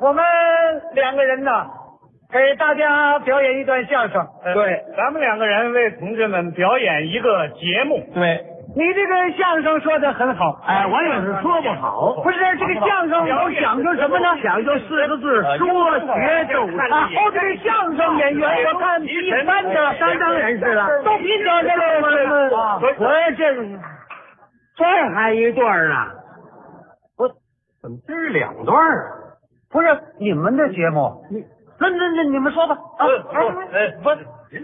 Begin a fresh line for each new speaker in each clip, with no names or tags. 我们两个人呢，给大家表演一段相声。
呃
对，
咱们两个人为同志们表演一个节目。
对，
你这个相声说的很好。
哎，我也是说不好，
不是这个相声
表
要
演
讲究什么呢？
讲究四个字，说学逗
啊
唱。，
后这个相声演员，我看比一般的
当当然是了
都比你这个
啊
我我这
这儿还一段呢，我怎么这是两段啊？
不是你们的节目，那那那你们说吧啊，
呃，不是，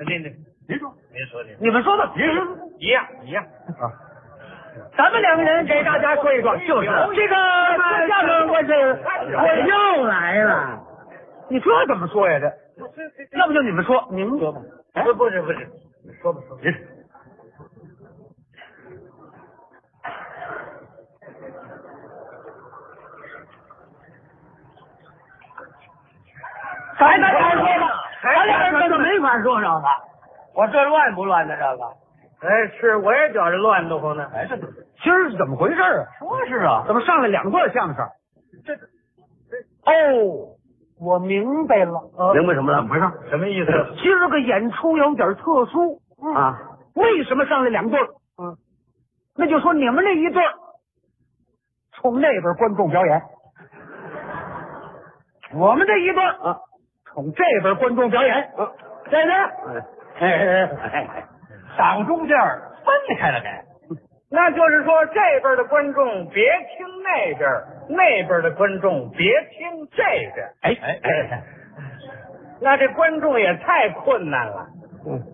您您您说，您说您
你们说吧，
一样一样。
咱们两个人给大家说一说，就是这个相声，我这我要
又来了，
你这怎么说呀？这要不就你们说，你们说吧。
不不是不是，说吧说吧。
咱俩人说吧，咱俩人
这
说
就
吧。
没法说上了。
我这乱不乱呢？这个？哎，是，我也觉着乱得慌呢。哎，这
今儿是怎么回事啊？
说是啊，
怎么上来两段相声？
这
哦，我明白了。呃
明白什么了？怎么回事
什么意思？
今儿个演出有点特殊，嗯
啊？
为什么上来两对儿？嗯，那就说你们那一对儿冲那边观众表演，我们这一对啊，冲这边观众表演。
嗯
在这儿
哎哎哎哎，挡中间儿分开了给。
那就是说，这边的观众别听那边儿，那边的观众别听这边儿。
哎哎哎，
那这观众也太困难了。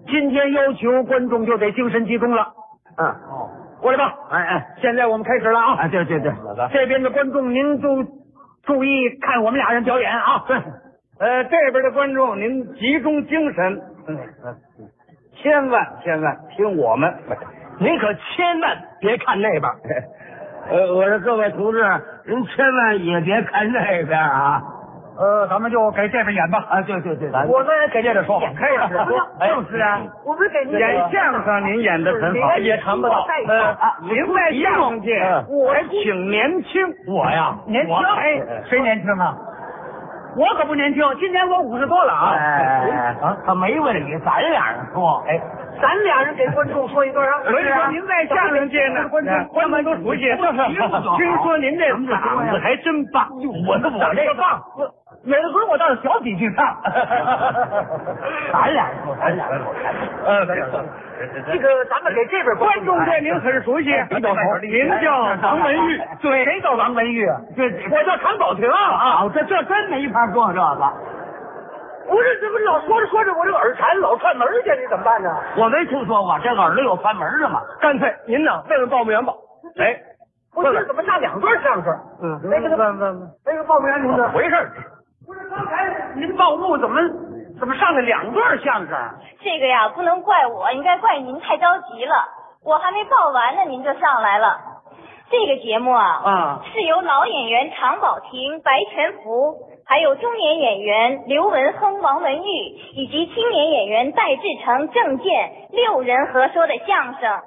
今天要求观众就得精神集中了，
嗯哦，
过来吧。
哎哎，
现在我们开始了啊！
啊对对对，老大，
这边的观众您都注意看我们俩人表演 啊！对，
呃，这边的观众，您集中精神，嗯嗯，千万千万听我们。
您可千万别看那边。 呃，我说各位同志，您千万也别看那边啊！
呃，咱们就给这边演吧。
啊，对对对，咱
我们也给这边说吧，哎
开始说哎
就是啊，
我们给哎
演相声您演的很好，
也谈不到
呃，您在相声界呃
嗯
我挺年轻，
我呀，
年轻，
我
哎，谁年轻啊？我可不年轻，今年我五十多了啊！
哎哎哎，啊可没问你，咱俩人说，哎，
咱俩人给观众说一段啊。
所以说您在相声界呢，
观众
嗯观众都熟悉。哎听说啊您这嗓子还真棒，
我 的我这棒，
有的时候我倒是小几句 唱。哎
咱俩人说，咱俩人说，
呃，
这个咱们给这边
观众对您很熟悉，
哎
您叫王文玉，
对，哎谁叫王文玉？啊
这
我叫常宝霆啊！
啊，这这真没法说这个。
不是，这不老说着说着我这耳馋，老串门去，你怎么办呢？
我没听说过，这耳朵有翻门的吗？
干脆您呢问问报幕员吧。哎，
我今儿怎么上两段相声？
嗯
那个问问，那个报名您的，
回事儿
不是刚才您报幕怎么怎么上来两段相声？
这个呀，不能怪我，应该怪您太着急了。我还没报完呢，您就上来了。这个节目啊，
啊
是由老演员常宝霆、白全福，还有中年演员刘文亨、王文玉，以及青年演员戴志成、郑健六人合说的相声《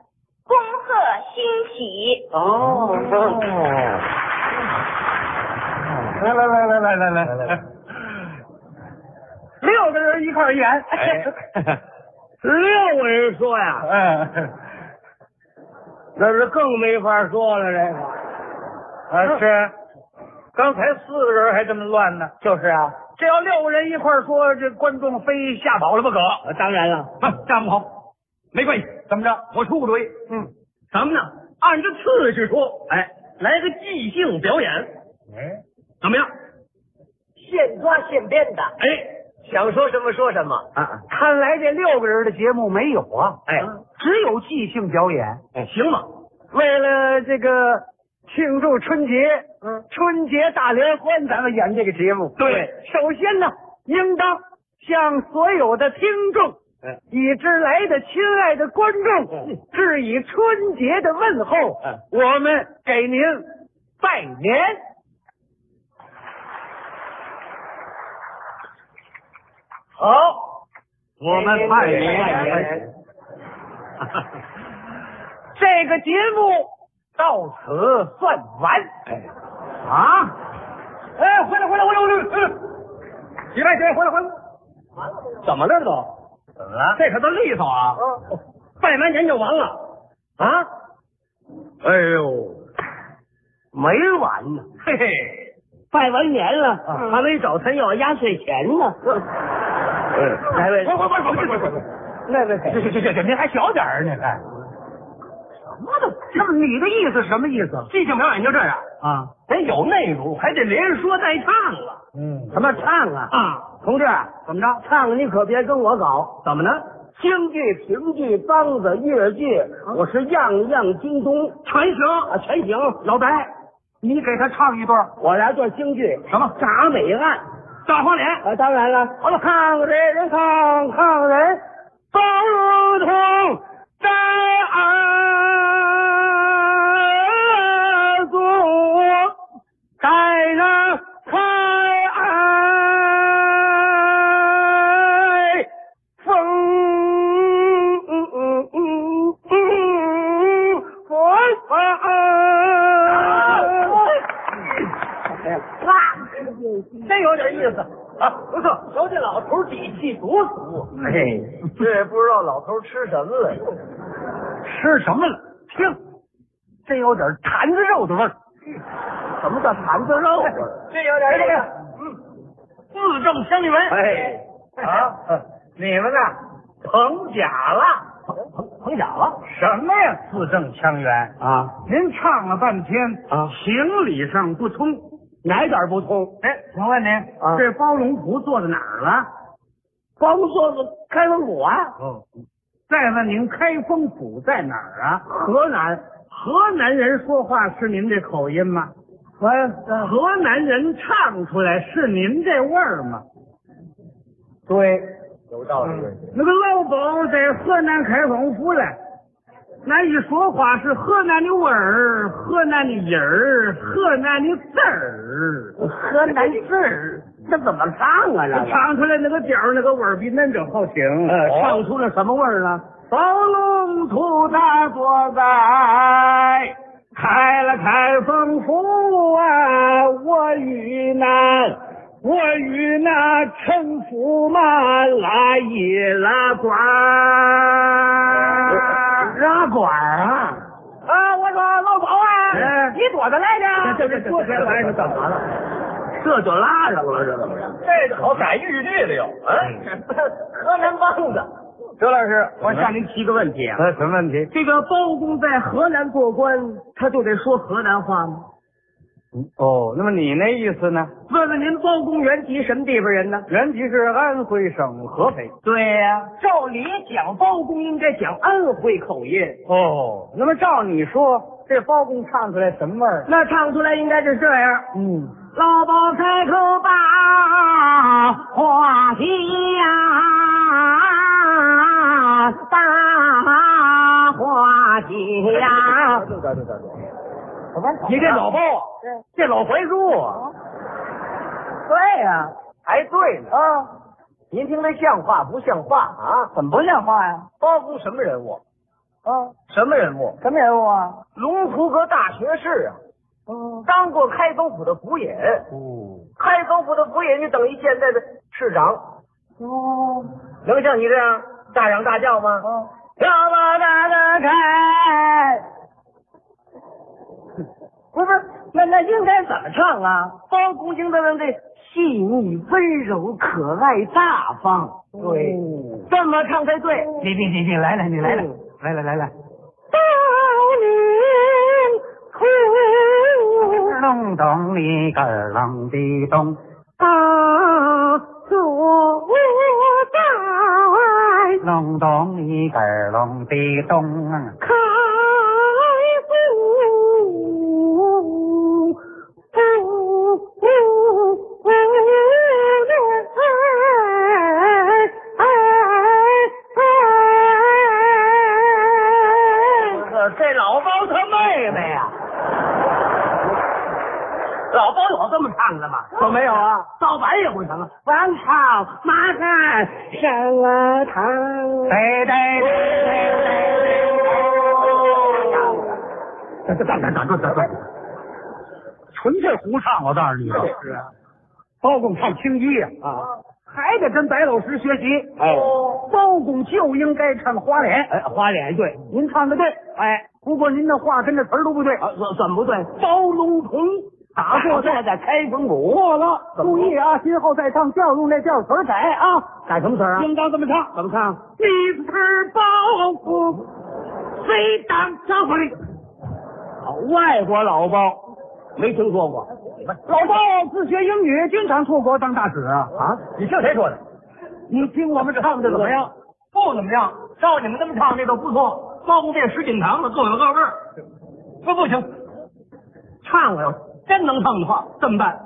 恭贺新喜》。
哦，
来来来来来来来来，
六个人一块儿演，
哎
六个人说呀，哎
嗯，
那是更没法说了。这个
啊是，刚才四个人还这么乱呢，
就是啊，
这要六个人一块儿说，这观众非吓倒了不可。
啊当然了，
站不好，没关系，怎么着？我出个主意，嗯，咱们呢按着次序说，哎，来个即兴表演，哎，怎么样？
现抓现编的，
哎，
想说什么说什么啊！
看来这六个人的节目没有啊，
哎
只有即兴表演。
行吗？
为了这个庆祝春节，嗯，春节大联欢，咱们演这个节目。
对，
首先呢，应当向所有的听众
嗯，
已知来的亲爱的观众，致以春节的问候。
嗯
我们给您拜年。好，
我们拜年
年。这个节目到此算完。
啊！
哎，回来，回来，回来，回来！
起来，起来，回来，回来。怎么了这都？
怎么了？
这可都利索啊！拜完年就完了啊！
哎呦，没完呢！
嘿嘿，
拜完年了，还没找他要压岁钱呢。
来位，
滚滚滚滚滚滚滚滚！
那 位，
这这这这，您还小点儿呢，还。什么都，那么你的意思什么意思
即兴表演就这样，
啊？
得有内容，还得连说带唱啊
嗯，
什么唱啊？
啊！
同志，
怎么着？
唱你可别跟我搞。
怎么呢？
京剧、评剧、梆子、越剧，我是样样精通
全行，
啊，全行。
老白，你给他唱一段。
我来段京剧，
什么
铡美案
大花脸，
啊，当然了，我们抗日人，抗抗人，都如同在二祖在那开封佛法。
这有点意思啊，不错。瞧这老头底气多足，
哎，这也不知道老头吃什么了。
吃什么了？听，这有点坛子肉的味儿。
什么叫坛子肉啊？
这有点这个，嗯，字正腔圆。
哎，啊，你们呢？捧假了？
捧假了
什么呀？字正腔圆啊？
您唱了半天
啊
情理上不通。
哪点儿不通？
哎，请问您，
啊
这包龙图做到哪儿了？
包公做的开封府啊，
再问您，开封府在哪儿啊？
河南。
河南人说话是您这口音吗？
喂，
河南人唱出来是您这味儿吗？
对，
有道理。
那个老包在河南开封府嘞，那一说话是河南的味儿，河南的音儿，河南的字儿，
河南字儿，这怎么唱啊？这个
唱出来那个调儿那个味儿比恁这好听。
呃，唱出了什么味儿呢？
包龙图他坐在开了开封府啊，我与那我与那陈驸马拉一拉呱儿
拉管啊！
啊！我说老包啊，你躲着来的？
这这这玩意儿干嘛了？这就拉上了，这怎么着？
这好改豫剧了又，嗯，河南梆子。
周老师，
我向您提个问题啊，
呃，什么问题？
这个包公在河南做官，他就得说河南话吗？
哦，那么你那意思呢？
问问您，包公原籍什么地方人呢？
原籍是安徽省合肥。
对呀、照理讲，包公应该讲安徽口音，
哦，那么照你说，这包公唱出来什么味儿？
那唱出来应该是这样。
嗯，
老包开口把话题呀，把话题
哎
呀，嗯
你这老包啊，这老槐树啊，
哦对呀、
还对呢。
啊，
您听这像话不像话啊？
怎么不像话呀？
包公什么人物？
啊，
什么人物？
什么人物啊？
龙图阁大学士啊，
嗯，
当过开封府的府尹。开封府的府尹就等于现在的市长，
哦，
能像你这样大嚷大叫吗？
哦，
要把那个
开，不是，那那应该怎么唱啊？包公应该问这细腻、温柔、可爱、大方，对，这么唱才对。嗯
你你你你来来，你来来，来来来来，
当年困
咚咚里个儿啷的咚，
啊，祖在
隆咚里个儿啷的咚啊。
开封，
这老包他妹妹呀、老包有这么唱的吗？
都没有啊。
造反也会唱啊！
王朝马汉上了堂。
对对对对对！打打打住打住！纯粹胡唱，我告诉你。是啊，包公唱青衣啊，还得跟白老师学习。
哎
包公就应该唱花脸，
哎，花脸对，
您唱的对。哎，不过您的话跟这词儿都不对。
啊，怎怎么不对？
包龙童打
坐
坐
在在
在
开封谷，
错了，注意啊，今后再唱调用那调词儿改啊，
改什么词儿啊？
应当这么唱。
怎么唱？
你是包公，谁当朝里？
外国老包，没听说过
老包自学英语，经常出国当大使啊。
啊？
你听谁说的？
你听我们唱的怎么样？
不怎么样，照你们这么唱，这都不错。包公变十锦堂了，各有各味儿。不不行，唱啊！要是真能唱的话，这么办？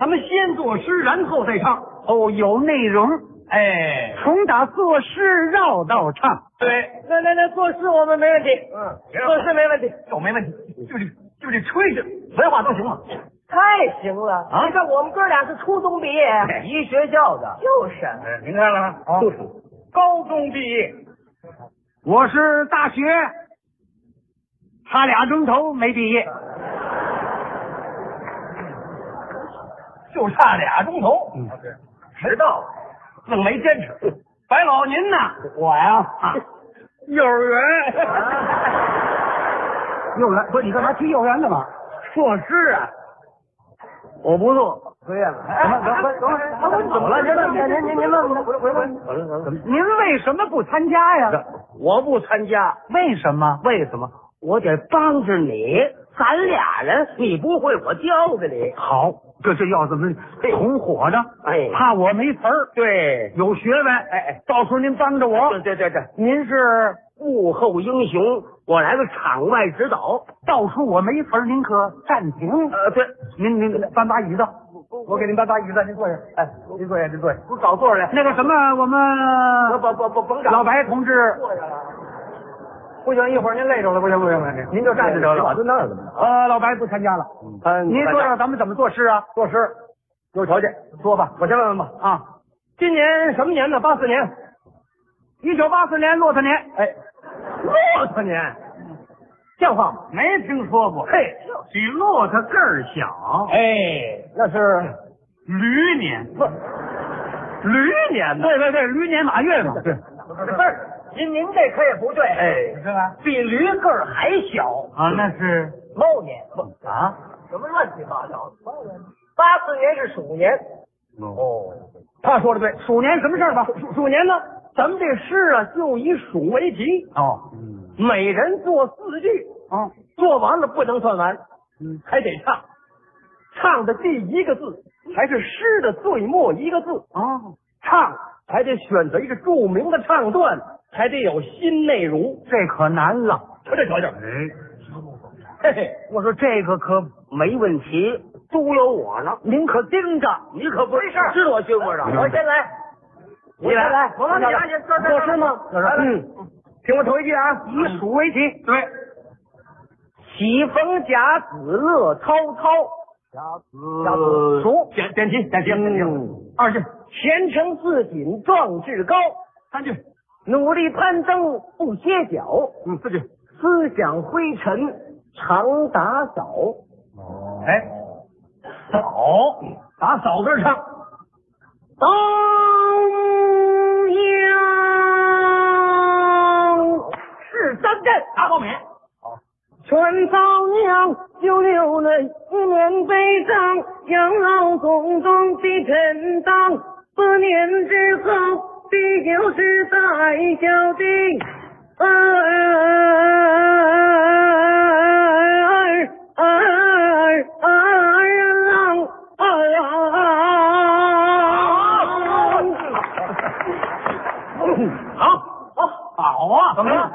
咱们先作诗，然后再唱。
哦，有内容，
哎，
从打作诗绕道唱。
对，
那那那作诗我们没问题，
嗯，
作诗没问题，
有没问题，就这就这吹着，文化都行了。
太行了
啊哎
你看我们哥俩是初中毕业，一学校的，哦就是
您看了啊，就是高中毕业，
我是大学，差俩钟头没毕业。
就差俩钟头，
嗯
迟到了，愣没坚持。白老您呢？
我呀，
幼儿园。
幼儿园，不是你干嘛去幼儿园干嘛？
作诗啊，
我不做。
哎
啊我走了您您您您您问问
回回回，
您为什么不参加呀？
我不参加，
为什么？
为什么？我得帮着你，咱俩人，你不会，我教给你。
好，这是要怎么同伙呢？
哎
怕我没词儿，
对，
有学问。哎哎，到时候您帮着我
对。对对对，
您是
幕后英雄，我来个场外指导。
到处我没词儿，您可暂停。
呃，对，
您您搬把椅子，我给您搬把椅子，您坐下。哎，您坐下，您坐下。
不找座儿来。
那个什么，我
不
们
不不不，甭找。
老白同志，
不行，一会儿您累着了，不行不行不行，您就站着得了。
那儿了。
呃，老白不参加了。
嗯，
您说说咱们怎么作诗啊？
作诗有条件，
说吧。
我先问问吧。
啊，
今年什么年呢？八四年。
一九八四年骆驼年，
哎，骆驼年，像话吗？
没听说过。嘿，比骆驼个儿小，
哎，那是
驴年。
驴年呢。
对对对，驴年马月嘛。对，啊
不是，您您这可也不对，哎，
是吧？
比驴个儿还小。
啊，那是
猫年，
啊，
什么乱七八糟的，八四年是鼠年，
哦
他说的对，
鼠年什么事儿吧？
鼠鼠年呢，咱们这诗啊，就以鼠为题，
哦，
每人做四句，
哦，
做完了不能算完，
嗯
还得唱，唱的第一个字还是诗的最末一个字，
哦，
唱还得选择一个著名的唱段，还得有新内容，
这可难了。
瞧这条件，
哎，
嘿嘿，
我说这个可
没问题，都有我呢。
您可盯着。
你可不没事，知道我学过的。
我先来，
你来
来
我帮你
来
来
这这
作诗吗？嗯
就是嗯，听我头一句啊，以鼠为题。对，
喜逢甲子乐滔滔，
呃鼠
点点题，点题，二句，
前程似锦壮志高，
三句，
努力攀登不歇脚，
嗯，四句，
思想灰尘常打扫。
哎，扫，打扫根儿唱，
当阳是张震，
打苞米，
春早娘九六嫩，一年北上，养老总中的沉当。八年之后，必就是在校的二二二二郎二郎。
好，好，好啊，怎么了？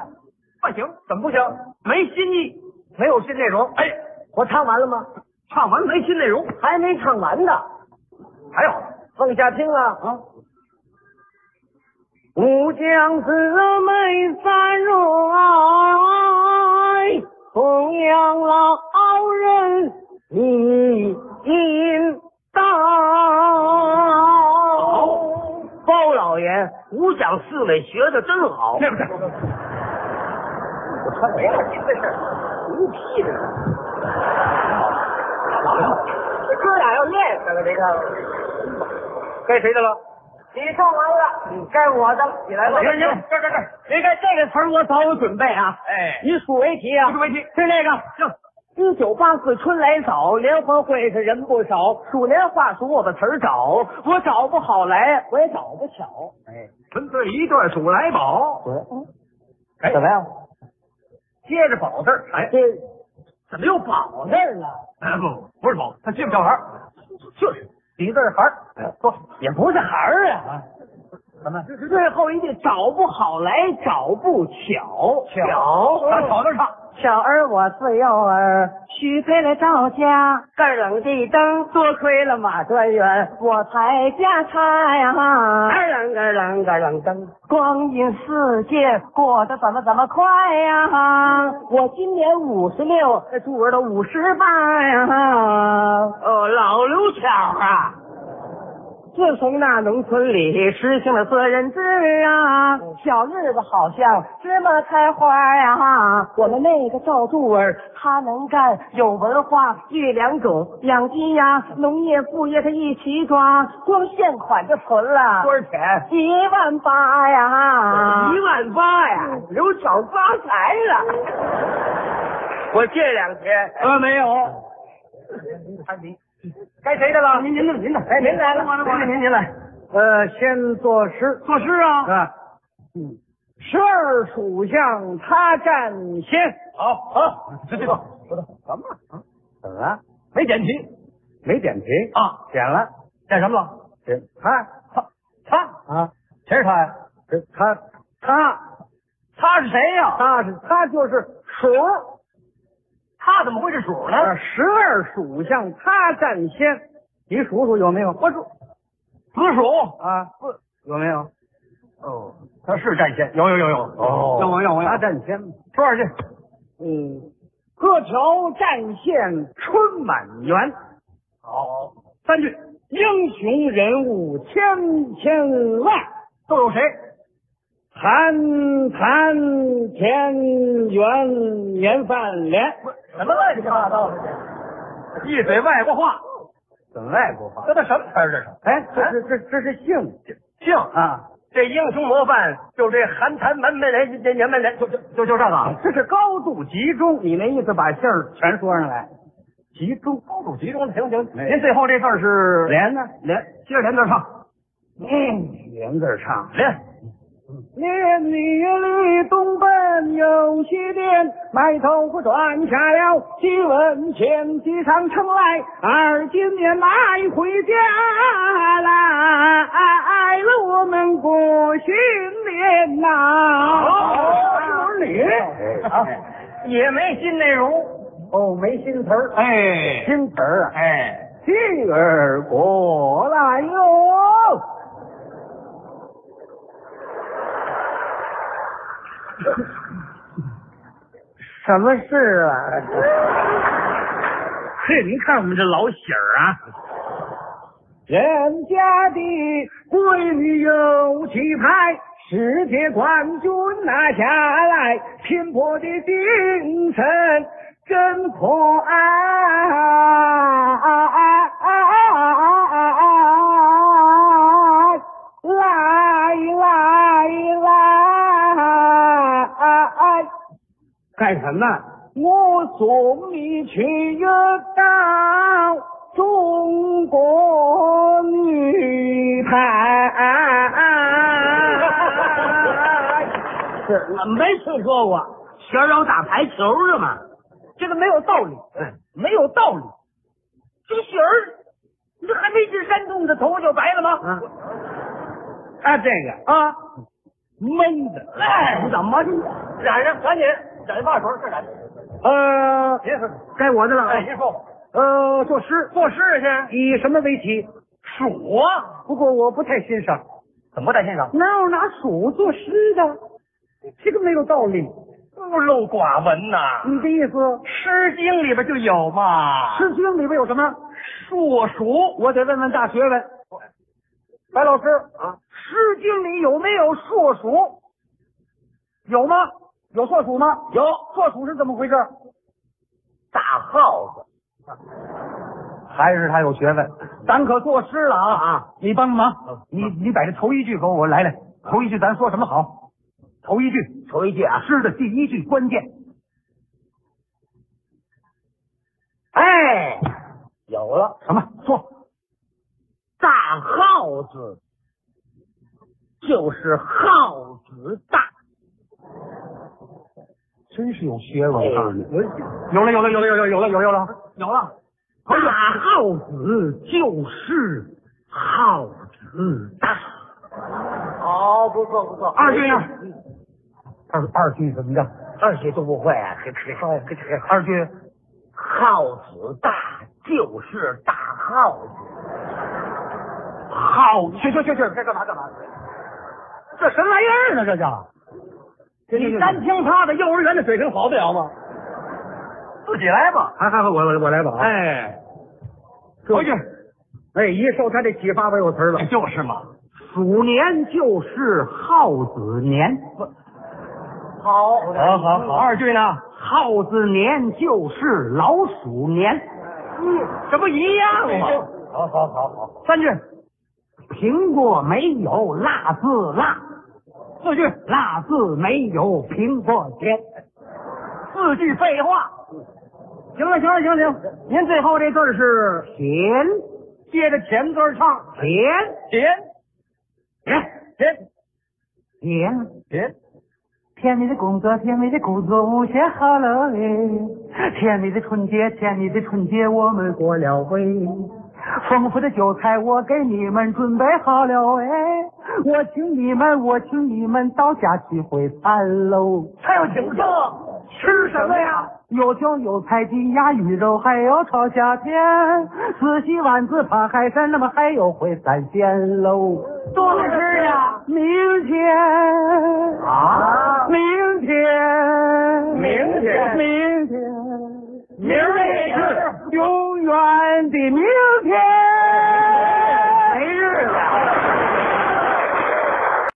不行，怎么不行？没新意，没有新内容。哎，
我唱完了吗？
唱完没新内容，
还没唱完呢，
还有
往下听啊啊！吾将姊妹三来，同养老人一心到。
包老爷五讲四美学的真好。
对不对？
这哥俩要练上了，这个
该谁的了？
你唱完了，该我的了，你来吧。
嗯行行，这这这，
你看这个词儿我早有准备啊，
哎，
以数为题啊
不是，问题。
是那个。
行，
一九八四春来早，联欢会是人不少，数年话数我把词儿找，我找不好来，我也找不巧。
纯粹一段数来宝，
哎，怎么样？
接着宝字儿。哎，
这
怎么又宝
这儿了？
哎，不，不是宝，他接不小孩儿，就是一字孩儿。说也不是孩儿啊，怎么
最后一句找不好来，找不巧，嗯
巧？他巧着唱，
巧儿我自幼儿许配了赵家，盖冷地灯，多亏了马专员，我才嫁他呀！咯楞咯楞咯楞噔，光阴似箭，过得怎么怎么快呀！我今年五十六，柱儿都五十八呀！哦，老刘巧啊！自从那农村里实行了责任制啊，小日子好像芝麻开花呀、我们那个赵柱儿，他能干，有文化，育良种，养鸡呀，农业副业他一起抓，光现款就存了
多少钱？
一万八呀，一万八呀，刘巧发财了。
我借两天。
呃，没有。该谁的了？您您的您的，哎，您来了，您您您来。
呃，先作诗
作诗啊，
啊，嗯，十二属相他占先，哎
好，好，这这个，不错
什么？啊怎么了？
没点题
没点题啊？
啊，
点了，
点什么了？
点他
他他
啊，
谁是他呀？
这他他
他是谁呀？
他是他就是鼠
他怎么会是鼠呢？
啊，十二属相他占先，你数数有没有？我数
子鼠。
啊，不有没有？
哦，他是战仙，有有有有。
哦
要我要我要
他
我。
占先，
多少去？
嗯，各条战线春满园。
好，
三句，英雄人物千千万，
都有谁？
谈谈田园年饭连。
什么乱七八糟的？一嘴外国话，
怎么外国话？
这都什么词儿？这是
哎，这是这这是姓
姓
啊，
这英雄模范就这韩谈门门人这年门人，就就就就这个啊
这是高度集中。你那意思把姓儿全说上来？
集中高度集中，行行。
哎
您最后这字儿是
连呢？
连，接着连字唱，
嗯，连字儿唱。
连
烈女立东奔有西颠，埋头不转下了西文前西上城来，二今年来回家啦，挨了我们过新年呐。
好
是你哎
啊，也没新内容，
哦，没新词儿，
哎
新词儿啊，
哎，
今儿过来哟。什么事啊？嘿，您看我们这老喜儿啊！人家的闺女有气派，世界冠军拿下来，拼搏的精神真可爱。来来来！干什么？我送你去一到中国女排。
是，我没听说过，学友打排球的嘛，这个没有道理，没有道理。这雪儿，你这还没进山洞，你的头发就白了吗？
啊，这个
啊，
闷的。
哎，怎么的？
染上赶紧染发水，这染。
呃，
您说，
该我的了。
哎，您说吧，
呃，作诗，
作诗去。
以什么为题？
鼠啊，
不过我不太欣赏。
怎么在现场？
哪有拿鼠作诗的？这个没有道理。
孤陋寡闻呐，
你的意思，《
诗经》里边就有嘛。
诗经》里边有什么？
硕鼠，
我得问问大学问。
白老师啊，
《诗经》里有没有硕鼠？有吗？有硕鼠吗？有。硕鼠是怎么回事？
大耗子，
还是他有学问。
咱可作诗了啊
啊！
你帮忙，你你把这头一句给我，我来来。头一句咱说什么好？头一句，
嗯头一句啊，
诗的第一句关键。
哎，有了，
什么？说
大耗子就是耗子大。
真是有学问
哎
我告诉你，有了有了有了有了有了有了有了有了。
大耗子就是耗子大。好、哦不错不错。
二句呢？二二句怎么着？
二句都不会啊，这这这这
二句
耗子大就是大耗子，耗
去去去去，该干嘛干嘛。这什么玩意儿呢？这叫你单听他的，幼儿园的水平好得了吗？
自己来吧。
还还还，我我我来吧哎，
哎，
回去，
哎，一受他这启发，我有词儿了。
哎就是嘛。
鼠年就是耗子年，
好，好，好，好。二句呢？
耗子年就是老鼠年，
这不一样吗？
好好好好，
三句，
苹果没有辣子辣，
四句，
辣子没有苹果甜。
四句废话。行了，行了，行了，行了。您最后这字儿是
甜
接着前字儿唱，
甜
甜
哎
甜
甜
甜。
甜。
甜蜜的工作，甜蜜的工作，无限好了哎！甜蜜的春节，甜蜜的春节，我们过了喂！丰富的酒菜我给你们准备好了哎！我请你们，我请你们到家去会饭喽！
还有请客，吃什么呀？
有酒有菜，鸡鸭鱼肉，还有炒虾片，慈禧丸子扒海参，那么还有烩三鲜喽！
多好吃呀！
明天。
啊，
明天，
明天
明天，
明儿也是。
永远的明